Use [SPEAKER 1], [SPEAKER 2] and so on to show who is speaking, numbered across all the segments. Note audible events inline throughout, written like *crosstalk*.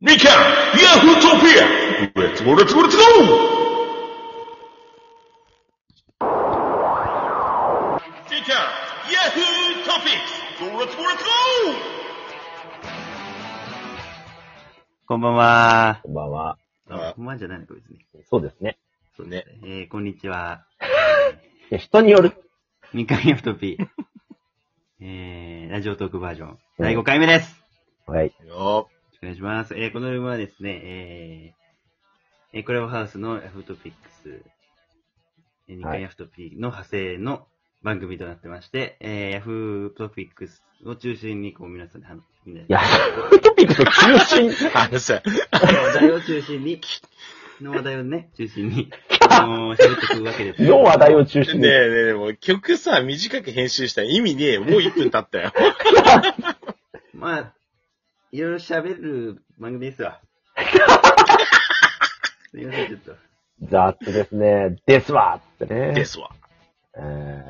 [SPEAKER 1] みかんヤフートピアレッツゴーレッツゴーレッツゴーみかんヤフートピックスゴーレッツゴーレッツゴー
[SPEAKER 2] こんばんは。
[SPEAKER 3] こんばんは。
[SPEAKER 1] あ
[SPEAKER 2] あこんばんはじゃないのか、別に。
[SPEAKER 3] そうですね。
[SPEAKER 2] そうですね。えー、こんにちは。
[SPEAKER 3] いや人による。
[SPEAKER 2] みかんやふとぴ。えー、ラジオトークバージョン。第5回目です。よ
[SPEAKER 3] はい。
[SPEAKER 1] よ
[SPEAKER 2] ろしくお願いします。えー、このルームはですね、えー、えー、クラブハウスのヤフトピックス、えー、みかんやふとぴの派生の番組となってまして、えー、ヤフートピックスを中心に、こう、皆さんで話みんなで
[SPEAKER 3] いや、 *laughs* トピックス中心。
[SPEAKER 1] あのさ、
[SPEAKER 2] 話題を中心
[SPEAKER 3] *laughs*
[SPEAKER 2] に、の話題をね、中心に、あのー、喋ってくわけです
[SPEAKER 3] の話題を中
[SPEAKER 1] ねえ
[SPEAKER 3] 心に。
[SPEAKER 1] ねえ、でも曲さ、短く編集したら意味ねえよ。もう1分経ったよ。
[SPEAKER 2] まあ、いろいろ喋る番組ですわ。すいません、ちょっと。
[SPEAKER 3] 雑ですね。ですわってね。
[SPEAKER 1] ですわ。
[SPEAKER 3] えー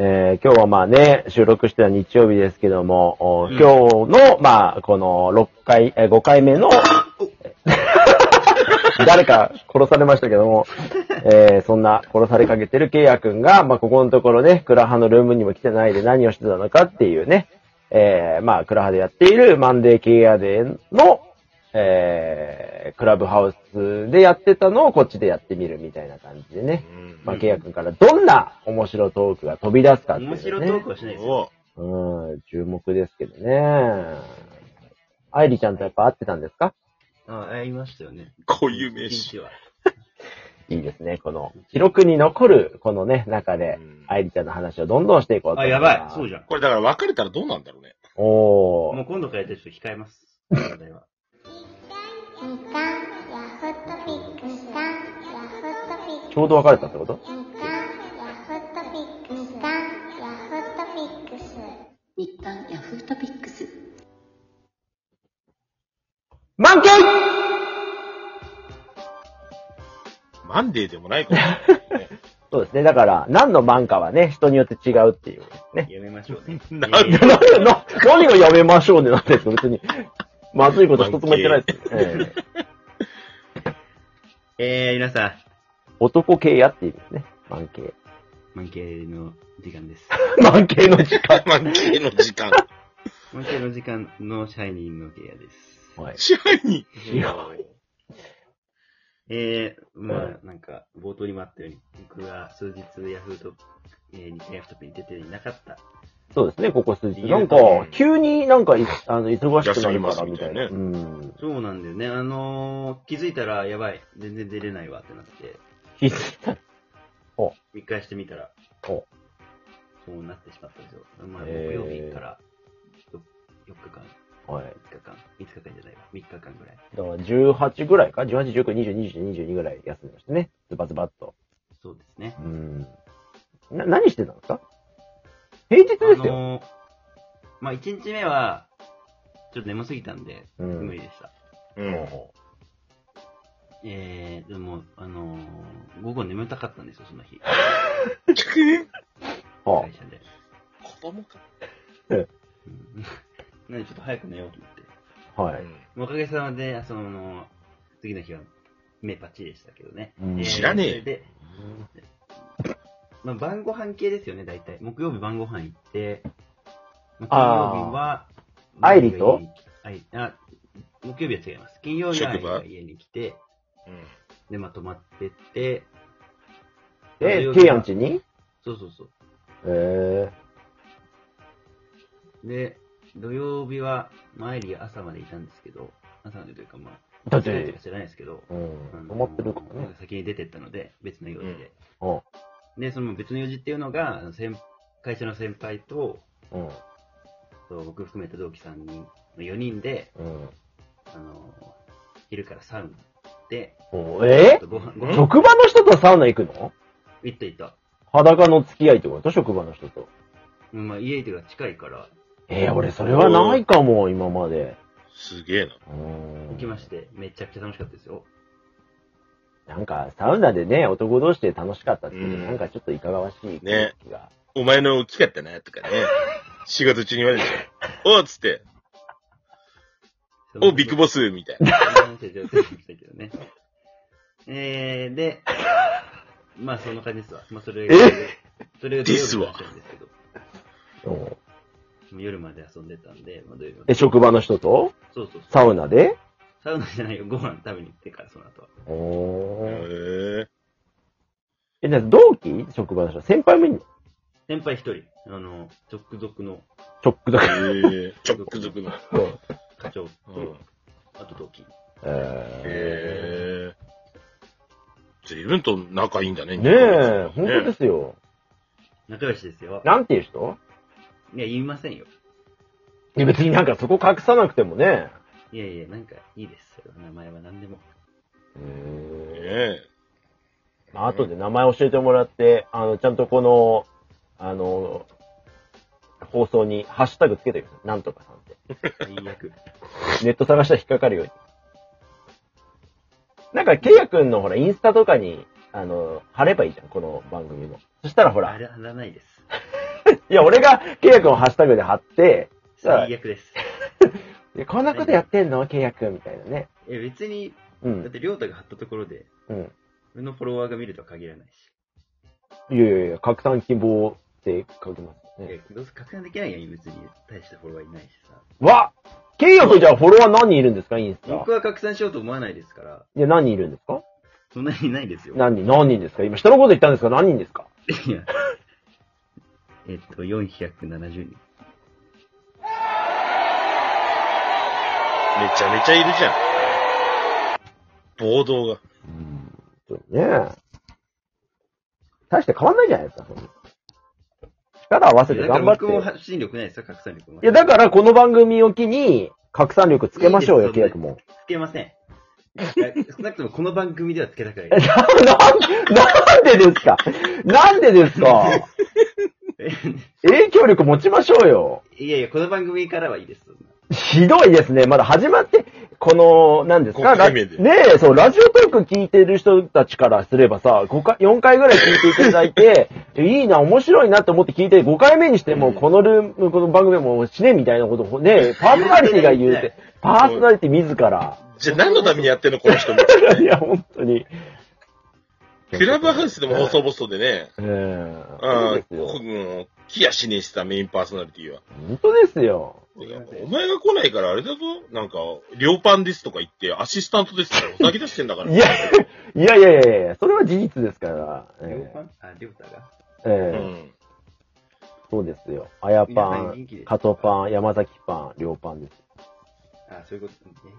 [SPEAKER 3] えー今日はまあね、収録してた日曜日ですけども、お
[SPEAKER 1] うん
[SPEAKER 3] 今日の、まあ、この6回、えー5回目の、誰か殺されましたけども、えーそんな殺されかけてるケイヤくんが、まあ、ここのところね、クラハのルームにも来てないで何をしてたのかっていうね、えーまあ、クラハでやっているマンデーケイヤデーの、えークラブハウスでやってたのをこっちでやってみるみたいな感じでね。
[SPEAKER 1] うん
[SPEAKER 3] まあ、ケイヤ君からどんな面白トークが飛び出すかっていう、
[SPEAKER 2] *laughs*
[SPEAKER 3] ね。
[SPEAKER 2] 面白トークはしないですよ。
[SPEAKER 1] お
[SPEAKER 3] うん、注目ですけどね。愛梨ちゃんとやっぱ会ってたんですか
[SPEAKER 2] あ、ありましたよね。
[SPEAKER 1] こういう名
[SPEAKER 2] 一
[SPEAKER 1] 詞
[SPEAKER 2] *laughs* 日。は。
[SPEAKER 3] いいですね。この、記録に残る、このね、中で
[SPEAKER 1] うん、
[SPEAKER 3] 愛梨ちゃんの話をどんどんしていこうと
[SPEAKER 2] あ、
[SPEAKER 3] 思い
[SPEAKER 2] や
[SPEAKER 3] ま
[SPEAKER 2] ばい。
[SPEAKER 3] す。
[SPEAKER 2] そうじゃん。
[SPEAKER 1] これだから別れたらどうなんだろうね。
[SPEAKER 3] お
[SPEAKER 2] もう
[SPEAKER 3] ー。
[SPEAKER 2] 今度からやってる人控えます。話題は
[SPEAKER 4] みかんヤフートピックスみかんヤフートピック
[SPEAKER 3] ちょうど別れたってこと
[SPEAKER 4] みかんヤフートピックスみかんヤ
[SPEAKER 5] 日刊ヤフ
[SPEAKER 4] フートピックス
[SPEAKER 5] ートピックス
[SPEAKER 3] 満点
[SPEAKER 1] マンデーでもないから。
[SPEAKER 3] そうですね。だから、何の満かはね、人によって違うっていう *laughs* ね。
[SPEAKER 2] やめましょうね。
[SPEAKER 1] なん
[SPEAKER 2] いやいや
[SPEAKER 3] 何の何がやめましょうねなんですか別に。まずいこと一つも言ってないです。ええ
[SPEAKER 2] えー、皆さん、
[SPEAKER 3] 男系やっていう意味ですね。満系。
[SPEAKER 2] 満慶の時間です。
[SPEAKER 3] 満系の時間。
[SPEAKER 1] マンデーの時間。
[SPEAKER 2] 満慶の時間のシャイニーの部屋です。
[SPEAKER 3] はい。
[SPEAKER 1] 支配人。
[SPEAKER 3] いや
[SPEAKER 2] えー、
[SPEAKER 3] う
[SPEAKER 2] まあ、なんか、冒頭にもあったように、僕は数日ヤフーと、えー、日刊ヤフートピに出ていなかった
[SPEAKER 3] そうですね、ここ数日。
[SPEAKER 2] いい
[SPEAKER 3] なんか
[SPEAKER 1] ね、
[SPEAKER 3] 急になんかい、あの、忙しくなるからみたいな。
[SPEAKER 1] 休
[SPEAKER 3] う
[SPEAKER 1] み
[SPEAKER 3] ん。
[SPEAKER 2] そうなんだよね。あのー、気づいたら、やばい、全然出れないわってなって、
[SPEAKER 3] 気づいた。
[SPEAKER 2] 見返してみたら、
[SPEAKER 3] お
[SPEAKER 2] そうなってしまったんですよ。まあ、木
[SPEAKER 3] へー
[SPEAKER 2] 曜日からよ4日間、
[SPEAKER 3] *laughs* はい。
[SPEAKER 2] 5日間、5日間じゃないわ、3日間ぐらい。
[SPEAKER 3] だから18ぐらいか ?18、19、20、21、22ぐらい休みましたね。ズバズバっと。
[SPEAKER 2] そうですね
[SPEAKER 3] う。ん。な、何してたんですか平日ですよ。
[SPEAKER 2] のー、まあ、1日目は、ちょっと眠すぎたんで、
[SPEAKER 3] うん
[SPEAKER 2] 無理でした。
[SPEAKER 1] うん。
[SPEAKER 2] えー、でも、あのー、午後眠たかったんですよ、その日。
[SPEAKER 3] は
[SPEAKER 2] 会社で。
[SPEAKER 1] 子供か。
[SPEAKER 2] うん、 *laughs* なんで、ちょっと早く寝ようと思って。
[SPEAKER 3] あ、はい。
[SPEAKER 2] おかげさまで、その、次の日は目パッチリでしたけどね。
[SPEAKER 3] うん
[SPEAKER 2] えー
[SPEAKER 1] 知らねえよ
[SPEAKER 2] それで、まあ、晩ご飯系ですよね、大体。木曜日晩ご飯行って、まあ、
[SPEAKER 3] あー
[SPEAKER 2] 金曜日は、
[SPEAKER 3] アイリと
[SPEAKER 2] アイあ、木曜日は違います。金曜日はアイリが家に来て、
[SPEAKER 1] うん。
[SPEAKER 2] で、まあ、泊まってって、
[SPEAKER 3] で
[SPEAKER 2] 土曜、日は
[SPEAKER 3] ケイヤン家に
[SPEAKER 2] そうそうそ
[SPEAKER 3] え
[SPEAKER 2] う。で、土曜日は、まあ、アイリが朝までいたんですけど、朝までというか、まあ、
[SPEAKER 3] だって
[SPEAKER 2] ないとか知らないですけど、
[SPEAKER 3] ー。う
[SPEAKER 2] あの
[SPEAKER 3] ん。止まってるからね。
[SPEAKER 2] 先に出てったので、別の用事で。
[SPEAKER 3] うん。
[SPEAKER 2] で、その別の用事っていうのが、あの先会社の先輩と、
[SPEAKER 3] うん。
[SPEAKER 2] と僕含めた同期3人の4人で、
[SPEAKER 3] うん。
[SPEAKER 2] あの、昼からサウナ行って、
[SPEAKER 3] おえ
[SPEAKER 2] あとご飯、ご
[SPEAKER 1] うん
[SPEAKER 2] 飯、
[SPEAKER 3] 職場の人とサウナ行くの
[SPEAKER 2] 行った行った。
[SPEAKER 3] 裸の付き合いってこと職場の人と。
[SPEAKER 2] うんまあ、家が近いから
[SPEAKER 3] えー、俺それはないかも、今まで。
[SPEAKER 1] すげえな。
[SPEAKER 3] 行
[SPEAKER 2] 行きまして、めちゃくちゃ楽しかったですよ。
[SPEAKER 3] なんか、サウナでね、男同士で楽しかったっていう
[SPEAKER 1] うん
[SPEAKER 3] の、なんかちょっといかがわしい
[SPEAKER 1] ね
[SPEAKER 3] 気気が。
[SPEAKER 1] お前の大きか
[SPEAKER 3] *laughs*
[SPEAKER 1] ったな、とかね。仕事中に言われるじゃん。おうっつって。お、ビッグボス、みたいな。
[SPEAKER 2] 話は出てきましたけどね。 *laughs* えー、で、まあそんな感じですわ。まあそれが、それが土曜日の話なんですけど、
[SPEAKER 3] うん
[SPEAKER 2] もう夜まで遊んでたんで、まあ土曜日の
[SPEAKER 3] え、職場の人と
[SPEAKER 2] そうそうそう。
[SPEAKER 3] サウナで
[SPEAKER 2] サウナじゃないよ、ご飯食べに行ってから、その後は。
[SPEAKER 3] お
[SPEAKER 1] へ
[SPEAKER 3] ー
[SPEAKER 1] ー
[SPEAKER 3] え、じゃあ同期職場の人先輩もいんの
[SPEAKER 2] 先輩一人、あの、直属の
[SPEAKER 3] ショックだ
[SPEAKER 1] へ
[SPEAKER 3] か
[SPEAKER 1] ーちょっくづくの。
[SPEAKER 3] ら。
[SPEAKER 2] 課長と、
[SPEAKER 1] うん
[SPEAKER 2] あと同期。
[SPEAKER 1] へ
[SPEAKER 3] え
[SPEAKER 1] ー随分と仲いいんだね。
[SPEAKER 3] ー、ねえ、本当ですよ。
[SPEAKER 2] 仲良しですよ。
[SPEAKER 3] なんていう人
[SPEAKER 2] いや、言いませんよ。
[SPEAKER 3] いや別になんかそこ隠さなくてもね。
[SPEAKER 2] いやいや、なんかいいです。それは名前は何でも。
[SPEAKER 1] ねえ。
[SPEAKER 3] まあ、後で名前教えてもらって、あの、ちゃんとこの、あの、放送にハッシュタグつけてください。なんとかさんって。
[SPEAKER 2] 最悪。
[SPEAKER 3] ネット探したら引っかかるように。なんか、ケイヤくんのほら、インスタとかに、あの、貼ればいいじゃん、この番組の。そしたらほ
[SPEAKER 2] あ
[SPEAKER 3] ら、
[SPEAKER 2] れ、ならないです。
[SPEAKER 3] いや、俺がケイヤくんをハッシュタグで貼って、そしたら、
[SPEAKER 2] 最悪です。
[SPEAKER 3] いやこんなことやってんのケイヤくんみたいなね。
[SPEAKER 2] え、別に、
[SPEAKER 3] う
[SPEAKER 2] だっ
[SPEAKER 3] ん。
[SPEAKER 2] て、りょうたが貼ったところで、
[SPEAKER 3] うん。
[SPEAKER 2] 俺のフォロワーが見るとは限らないし。
[SPEAKER 3] いやいやいや、拡散希望って書きますね。
[SPEAKER 2] え、どうせ拡散できないやん、別に。大したフォロワーいないしさ。
[SPEAKER 3] わケイヤくんじゃあフォロワー何人いるんですかインスタ。
[SPEAKER 2] 僕は拡散しようと思わないですから、
[SPEAKER 3] いや、何人いるんですか
[SPEAKER 2] そんなにいないですよ。
[SPEAKER 3] 何人何人ですか今、人のこと言ったんですか何人ですか
[SPEAKER 2] *laughs* いや。えっと、470人。
[SPEAKER 1] めちゃめちゃいるじゃん。暴動が。
[SPEAKER 3] そうね大して変わんないじゃないですか、そんな力合わせて
[SPEAKER 2] だから
[SPEAKER 3] 頑張って。
[SPEAKER 2] 僕も発信力ないですよ、拡散力も。
[SPEAKER 3] いや、だからこの番組を機に、拡散力つけましょう
[SPEAKER 2] い
[SPEAKER 3] よ、
[SPEAKER 2] いです
[SPEAKER 3] 契
[SPEAKER 2] よ
[SPEAKER 3] 約も。
[SPEAKER 2] つけません。いや少なくともこの番組ではつけたくない
[SPEAKER 3] え、
[SPEAKER 2] です。
[SPEAKER 3] な、なん、なんでですかなんでですか影響力持ちましょうよ。
[SPEAKER 2] *laughs* いやいや、この番組からはいいです。
[SPEAKER 3] ひどいですね。まだ始まって、この、何ですか
[SPEAKER 1] 5回
[SPEAKER 3] ラ
[SPEAKER 1] 目
[SPEAKER 3] ね
[SPEAKER 1] で
[SPEAKER 3] え、そう、ラジオトーク聞いてる人たちからすればさ、5回、4回ぐらい聞いていただいて、 *laughs* いいな、面白いなって思って聞いて、5回目にしてもう、このルーム、この番組はもう死ねみたいなことを、ねえ、パーソナリティが言う
[SPEAKER 1] *laughs*
[SPEAKER 3] て、パーソナリティ自ら。
[SPEAKER 1] じゃあ何のためにやってんのこの人も。
[SPEAKER 3] いや、 *laughs* 本当に。
[SPEAKER 1] クラブハウスでも放送ボストでね。
[SPEAKER 3] えー
[SPEAKER 1] あ
[SPEAKER 3] そう
[SPEAKER 1] あ
[SPEAKER 3] ですよ
[SPEAKER 1] うん。来やしねえしさ、メインパーソナリティは。
[SPEAKER 3] 本当ですよ。
[SPEAKER 1] お前が来ないからあれだぞ。なんか、両パンですとか言って、アシスタントですから、お先出してんだから。
[SPEAKER 3] いや、いやいやいやいや、それは事実ですから。
[SPEAKER 2] りょう
[SPEAKER 3] え
[SPEAKER 2] ぱんあ、りょうたが。
[SPEAKER 3] ーえ
[SPEAKER 1] う
[SPEAKER 3] ー
[SPEAKER 1] ん。
[SPEAKER 3] そうですよ。あや
[SPEAKER 2] 皆
[SPEAKER 3] パ
[SPEAKER 2] さん元
[SPEAKER 3] ン
[SPEAKER 2] 気です、か
[SPEAKER 3] 加藤パン、山崎パン、両パンです。
[SPEAKER 2] あ、そういうことね。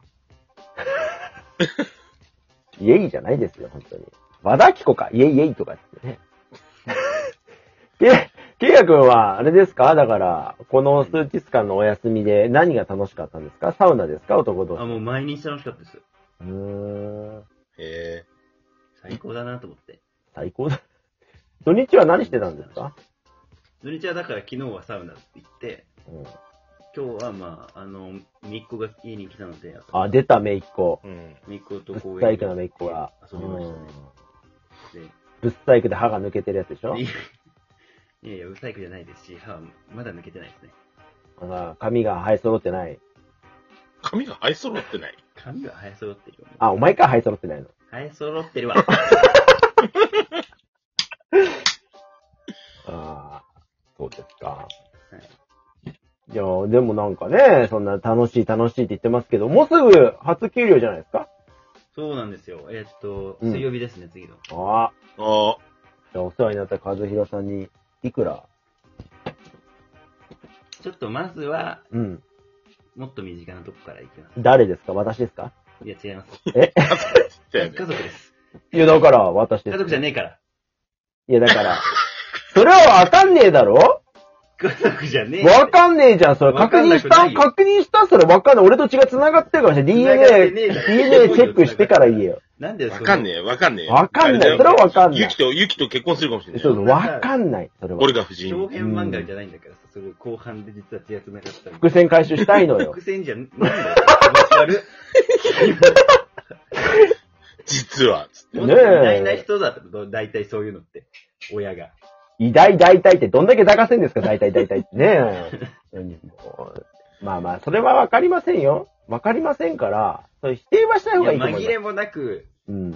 [SPEAKER 3] イエイじゃないですよ、本当に。和田貴子か、イエイイエイとかっ
[SPEAKER 2] *laughs*
[SPEAKER 3] てね。け、けいやくんは、あれですかだから、この数日間のお休みで何が楽しかったんですかサウナですか男同士。
[SPEAKER 2] あ、もう毎日楽しかったです。
[SPEAKER 3] うーん、
[SPEAKER 1] へえ。
[SPEAKER 2] 最高だなと思って。
[SPEAKER 3] 最高だ。土日は何してたんですか
[SPEAKER 2] 土日はだから昨日はサウナって行って、
[SPEAKER 3] うん
[SPEAKER 2] 今日はまあ、あの、みっこが家に来たので、
[SPEAKER 3] あ、出た、めいっ子。
[SPEAKER 1] うん。
[SPEAKER 2] みっこと
[SPEAKER 3] ぶ
[SPEAKER 2] 公
[SPEAKER 3] っさ
[SPEAKER 2] 園
[SPEAKER 3] いくなめいっ子が。う
[SPEAKER 2] 遊びました
[SPEAKER 3] ん
[SPEAKER 2] ね。で
[SPEAKER 3] ぶっさいくで歯が抜けてるやつでしょ
[SPEAKER 2] いやいや、うさいくじゃないですし、歯はまだ抜けてないですね。
[SPEAKER 3] あ髪が生え揃ってない。
[SPEAKER 1] 髪が愛想揃ってない。
[SPEAKER 2] 髪は生え揃ってるよ、ね。
[SPEAKER 3] あ、お前か生え揃ってないの。
[SPEAKER 2] 生え揃ってるわ。
[SPEAKER 3] ああ、そうですか。
[SPEAKER 2] はい
[SPEAKER 3] いやー、でもなんかね、そんな楽しい楽しいって言ってますけど、もうすぐ初給料じゃないですか
[SPEAKER 2] そうなんですよ。えーっと、
[SPEAKER 3] うん
[SPEAKER 2] 水曜日ですね、次の。
[SPEAKER 3] ああ、
[SPEAKER 1] ああ。
[SPEAKER 3] じゃあお世話になった和弘さんに、いくら
[SPEAKER 2] ちょっとまずは、
[SPEAKER 3] うん。
[SPEAKER 2] もっと身近なとこから行きます。
[SPEAKER 3] 誰ですか私ですか
[SPEAKER 2] いや、違います。
[SPEAKER 1] だ
[SPEAKER 2] 家
[SPEAKER 1] よね
[SPEAKER 2] 族です。
[SPEAKER 3] いや、だから私です。
[SPEAKER 2] 家族じゃねえから。
[SPEAKER 3] いや、だから、それはわかんねえだろ
[SPEAKER 2] 家族じゃねえ。
[SPEAKER 3] わかんねえじゃん、それ。
[SPEAKER 2] わ
[SPEAKER 3] 確
[SPEAKER 2] かん
[SPEAKER 3] 認
[SPEAKER 2] なく
[SPEAKER 3] し
[SPEAKER 2] な
[SPEAKER 3] た
[SPEAKER 2] いよ
[SPEAKER 3] 確認したそれわかんない。俺と血が繋がってるかもしれない。
[SPEAKER 2] 繋がって
[SPEAKER 3] DNA
[SPEAKER 2] ねえだ、ろ
[SPEAKER 3] DNA チェックしてから言えよ。
[SPEAKER 2] なんで
[SPEAKER 1] わかん
[SPEAKER 2] え。
[SPEAKER 1] ねえ、わかんねえ。
[SPEAKER 3] わかんな
[SPEAKER 1] あれだ
[SPEAKER 3] い
[SPEAKER 1] よ
[SPEAKER 3] それはわかんない
[SPEAKER 1] ゆきと、ゆきと結婚するかもしれない
[SPEAKER 3] そうそう、
[SPEAKER 1] よ。
[SPEAKER 3] わかんない。それは。
[SPEAKER 1] 俺が夫人。
[SPEAKER 2] 長編漫画じゃないんだからさ、すごい後半で実は手が繋がったり。
[SPEAKER 3] 伏線回収したいの
[SPEAKER 2] *laughs*
[SPEAKER 3] よ
[SPEAKER 2] 伏。線じゃ、なん
[SPEAKER 3] *laughs*
[SPEAKER 2] だよ。気持ち悪っ。
[SPEAKER 1] 実は。つって
[SPEAKER 2] もっと偉大な人だと、大体そういうのって。親が。
[SPEAKER 3] 偉大大体ってどんだけ抱
[SPEAKER 2] *laughs*
[SPEAKER 3] かせんですか大体大体ってねえ。もうまあまあ、それはわかりませんよ。わかりませんから、それ否定はしない方がいいと思いま
[SPEAKER 2] 紛
[SPEAKER 3] す。
[SPEAKER 2] れもなく、
[SPEAKER 3] うん。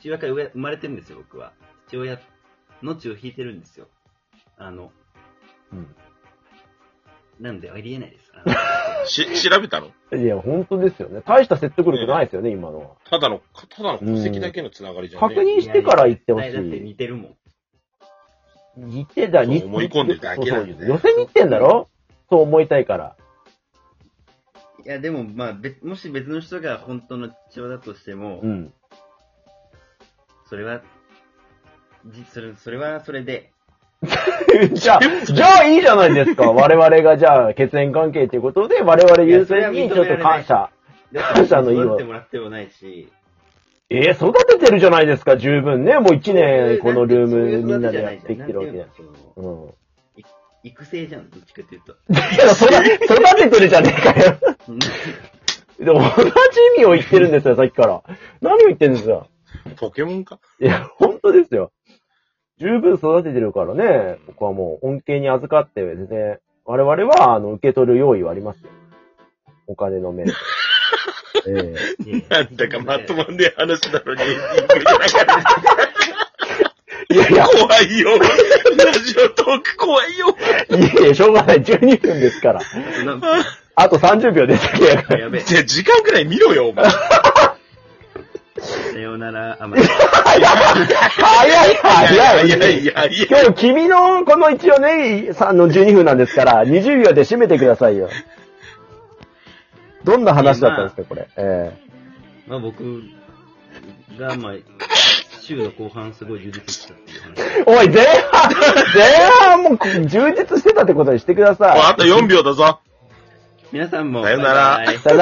[SPEAKER 2] 父親から生まれてるんですよ、僕は。父親の血を引いてるんですよ。あの、
[SPEAKER 3] う
[SPEAKER 2] なんでありえないです。
[SPEAKER 3] *laughs*
[SPEAKER 2] あ
[SPEAKER 1] し、調べたの
[SPEAKER 3] ん。いや、本当ですよね。大した説得力ないですよね、今のは。
[SPEAKER 1] ただの、ただの戸籍だけのつながりじゃね
[SPEAKER 3] 確
[SPEAKER 1] え。
[SPEAKER 2] の
[SPEAKER 3] 認してから言ってほし
[SPEAKER 2] いややだって
[SPEAKER 3] い。
[SPEAKER 2] 似てるもん。
[SPEAKER 3] 似てだ、似て
[SPEAKER 1] そう思い込んでるだけなんだよね
[SPEAKER 3] そうそう寄せに行ってんだろそう思いたいから。
[SPEAKER 2] いや、でも、まあ、別もし別の人が本当の父親だとしても、
[SPEAKER 3] うん。そ
[SPEAKER 2] それは、じそれそれはそれ
[SPEAKER 3] *laughs*
[SPEAKER 2] で、
[SPEAKER 3] じゃあ、
[SPEAKER 1] *laughs*
[SPEAKER 3] じゃあいいじゃないですか。我々がじゃあ血縁関係ということで、我々優先にちょっと感謝。感謝の意を
[SPEAKER 2] 育ってもらってもないし、
[SPEAKER 3] えー、育ててるじゃないですか、十分ね。もう一年、このルームみんなでや
[SPEAKER 2] や
[SPEAKER 3] ってきてるわけだ。うん。
[SPEAKER 2] 育成じゃん、どっちかっていう
[SPEAKER 3] *laughs*
[SPEAKER 2] と。
[SPEAKER 3] だけど、育て、育ててるじゃねえかよ。でも、同じ意味を言ってるんですよ、さっきから。何を言ってんですか
[SPEAKER 1] ポケモンか
[SPEAKER 3] いや、本当ですよ。十分育ててるからね、僕はもう恩恵に預かって、全然、我々は、あの、受け取る用意はありますよ。お金の面。え
[SPEAKER 2] *laughs*
[SPEAKER 1] なんだかまとまんねえ話なのに、エンディングじゃなかった
[SPEAKER 3] えいやいや、
[SPEAKER 1] 怖いよ。ラジオトーク怖いよ。
[SPEAKER 3] いやいや、しょうがない。12分ですから。あと30秒ですけど。
[SPEAKER 2] やべえ、
[SPEAKER 1] じゃあ時間くらい見ろよ、お前。
[SPEAKER 2] さようなら、あ、まあ、
[SPEAKER 3] 早い早い
[SPEAKER 1] いやいやいや。
[SPEAKER 3] 今日君の、この一応ね、さんの12分なんですから、20秒で締めてくださいよ。どんな話だったんですか、これ。え
[SPEAKER 2] まあ僕が、まあ、週の後半すごい充実したっていう話。 *laughs*
[SPEAKER 3] えおい、前半、前半もう充実してたってことにしてください。
[SPEAKER 1] あと4秒だぞ。
[SPEAKER 2] 皆さんも、
[SPEAKER 1] さようなら
[SPEAKER 2] バイバイ
[SPEAKER 3] さよなら